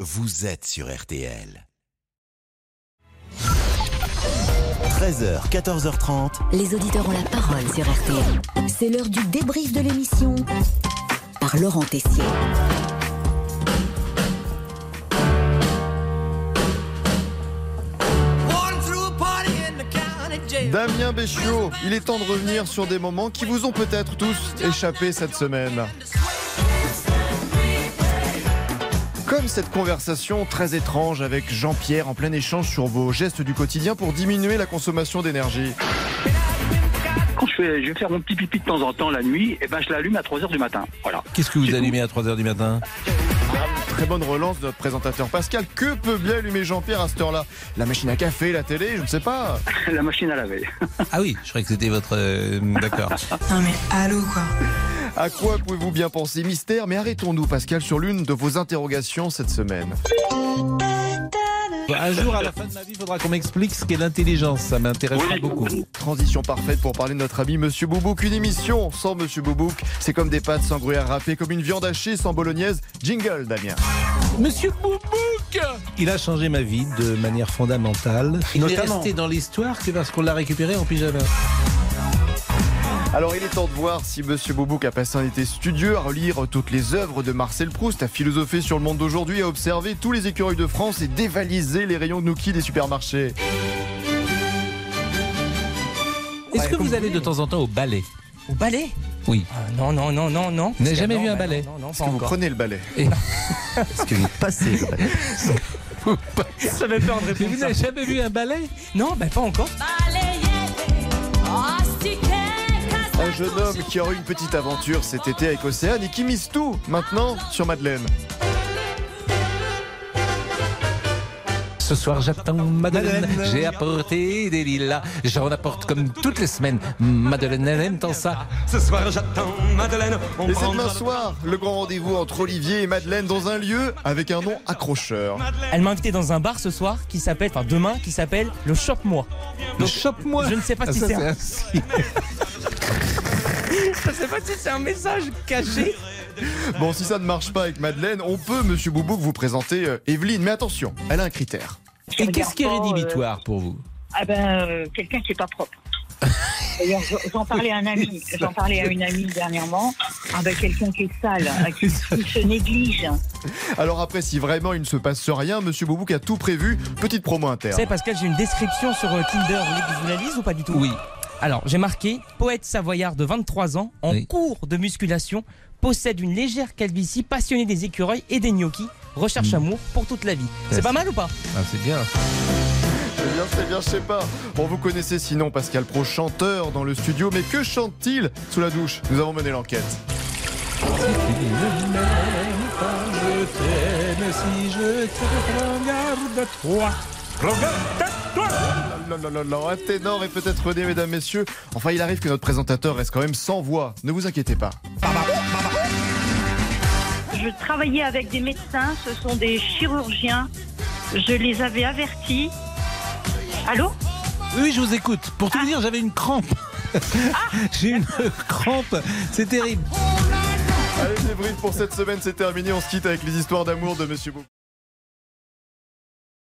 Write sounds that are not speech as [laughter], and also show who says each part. Speaker 1: vous êtes sur RTL. 13h, 14h30.
Speaker 2: Les auditeurs ont la parole sur RTL. C'est l'heure du débrief de l'émission par Laurent Tessier.
Speaker 3: Damien Béchiot, il est temps de revenir sur des moments qui vous ont peut-être tous échappé cette semaine. Comme cette conversation très étrange avec Jean-Pierre en plein échange sur vos gestes du quotidien pour diminuer la consommation d'énergie.
Speaker 4: Quand je, fais, je vais faire mon petit pipi de temps en temps la nuit, et ben je l'allume à 3h du matin. Voilà. [laughs]
Speaker 5: Qu'est-ce que vous allumez à 3h du matin
Speaker 3: Très bonne relance de notre présentateur Pascal. Que peut bien allumer Jean-Pierre à cette heure-là La machine à café, la télé, je ne sais pas.
Speaker 4: La machine à laver.
Speaker 5: Ah oui, je croyais que c'était votre... euh, D'accord.
Speaker 6: Non mais allô quoi.
Speaker 3: À quoi pouvez-vous bien penser Mystère, mais arrêtons-nous Pascal sur l'une de vos interrogations cette semaine.
Speaker 5: Un jour, à la fin de ma vie, il faudra qu'on m'explique ce qu'est l'intelligence. Ça m'intéressera
Speaker 4: Oui.
Speaker 5: beaucoup.
Speaker 3: Transition parfaite pour parler de notre ami Monsieur Boubouk. Une émission sans Monsieur Boubouk, c'est comme des pâtes sans gruyère râpée, comme une viande hachée sans bolognaise. Jingle, Damien.
Speaker 5: Monsieur Boubouk Il a changé ma vie de manière fondamentale. Il n'est resté dans l'histoire que parce qu'on l'a récupéré en pyjama.
Speaker 3: Alors, il est temps de voir si Monsieur Boubouk a passé un été studieux à relire toutes les œuvres de Marcel Proust, à philosopher sur le monde d'aujourd'hui, à observer tous les écureuils de France et dévaliser les rayons Nookie des supermarchés.
Speaker 5: Est-ce que vous allez de temps en temps au ballet
Speaker 7: Au ballet
Speaker 5: Oui.
Speaker 7: Ah, Non, non, non, non, non.
Speaker 5: Vous n'avez
Speaker 7: Parce que
Speaker 5: jamais
Speaker 7: non,
Speaker 5: vu un
Speaker 7: bah,
Speaker 5: ballet
Speaker 7: Non, non,
Speaker 3: Est-ce
Speaker 7: pas
Speaker 3: que vous
Speaker 7: encore.
Speaker 3: prenez le balai
Speaker 1: Est-ce que vous passez le balai
Speaker 7: J'avais peur de
Speaker 5: Mais vous n'avez jamais vu un ballet
Speaker 7: Non, bah, pas encore.
Speaker 3: Un jeune homme qui aurait eu une petite aventure cet été avec Océane et qui mise tout maintenant sur Madeleine.
Speaker 5: Ce soir, j'attends Madeleine. J'ai apporté des lilas. J'en apporte comme toutes les semaines. Madeleine, elle aime tant ça.
Speaker 8: Ce soir j'attends Madeleine. On
Speaker 3: Et c'est demain
Speaker 8: prendra le-
Speaker 3: soir, le grand rendez-vous entre Olivier et Madeleine dans un lieu avec un nom accrocheur.
Speaker 7: Elle m'a invité dans un bar ce soir qui s'appelle, enfin demain, qui s'appelle le Chope-moi.
Speaker 5: Donc, chope-moi.
Speaker 7: Je ne sais pas
Speaker 5: Ah,
Speaker 7: si
Speaker 5: ça,
Speaker 7: c'est un-
Speaker 5: un signe.
Speaker 7: [laughs] Je sais pas si c'est un message caché.
Speaker 3: Bon, si ça ne marche pas avec Madeleine, on peut, monsieur Boubouk, vous présenter euh, Evelyne. Mais attention, elle a un critère.
Speaker 5: Et qu'est-ce qui est rédhibitoire pour vous
Speaker 9: Ah ben, euh, quelqu'un qui est pas propre. D'ailleurs, j'en- j'en parlais à un ami, j'en parlais à une amie dernièrement. Ah ben, quelqu'un qui est sale, à qui qui se néglige.
Speaker 3: Alors après, si vraiment il ne se passe rien, monsieur Boubouk a tout prévu. Petite promo
Speaker 7: Vous
Speaker 3: interne.
Speaker 7: savez, Pascal, j'ai une description sur euh, Tinder. Vous voulez que je vous la lise ou pas du tout
Speaker 5: Oui.
Speaker 7: Alors, j'ai marqué poète savoyard de 23 ans, en
Speaker 5: Oui.
Speaker 7: cours de musculation, possède une légère calvitie, passionné des écureuils et des gnocchis, recherche amour pour toute la vie.
Speaker 5: Ouais,
Speaker 7: C'est pas mal ou pas
Speaker 5: Ah, c'est bien.
Speaker 3: C'est Eh bien, c'est bien, je sais pas. Bon, vous connaissez sinon Pascal Pro, chanteur dans le studio. Mais que chante-t-il sous la douche Nous avons mené l'enquête. La, la, la, la, Un ténor et peut-être René, mesdames, messieurs. Enfin, il arrive que notre présentateur reste quand même sans voix. Ne vous inquiétez pas.
Speaker 9: Je travaillais avec des médecins, ce sont des chirurgiens. Je les avais avertis. Allô
Speaker 5: Oui, je vous écoute. Pour tout vous dire, j'avais une crampe. [laughs] J'ai une crampe. C'est terrible.
Speaker 3: Allez, le débrief pour cette semaine, c'est terminé. On se quitte avec les histoires d'amour de Monsieur Boubouk.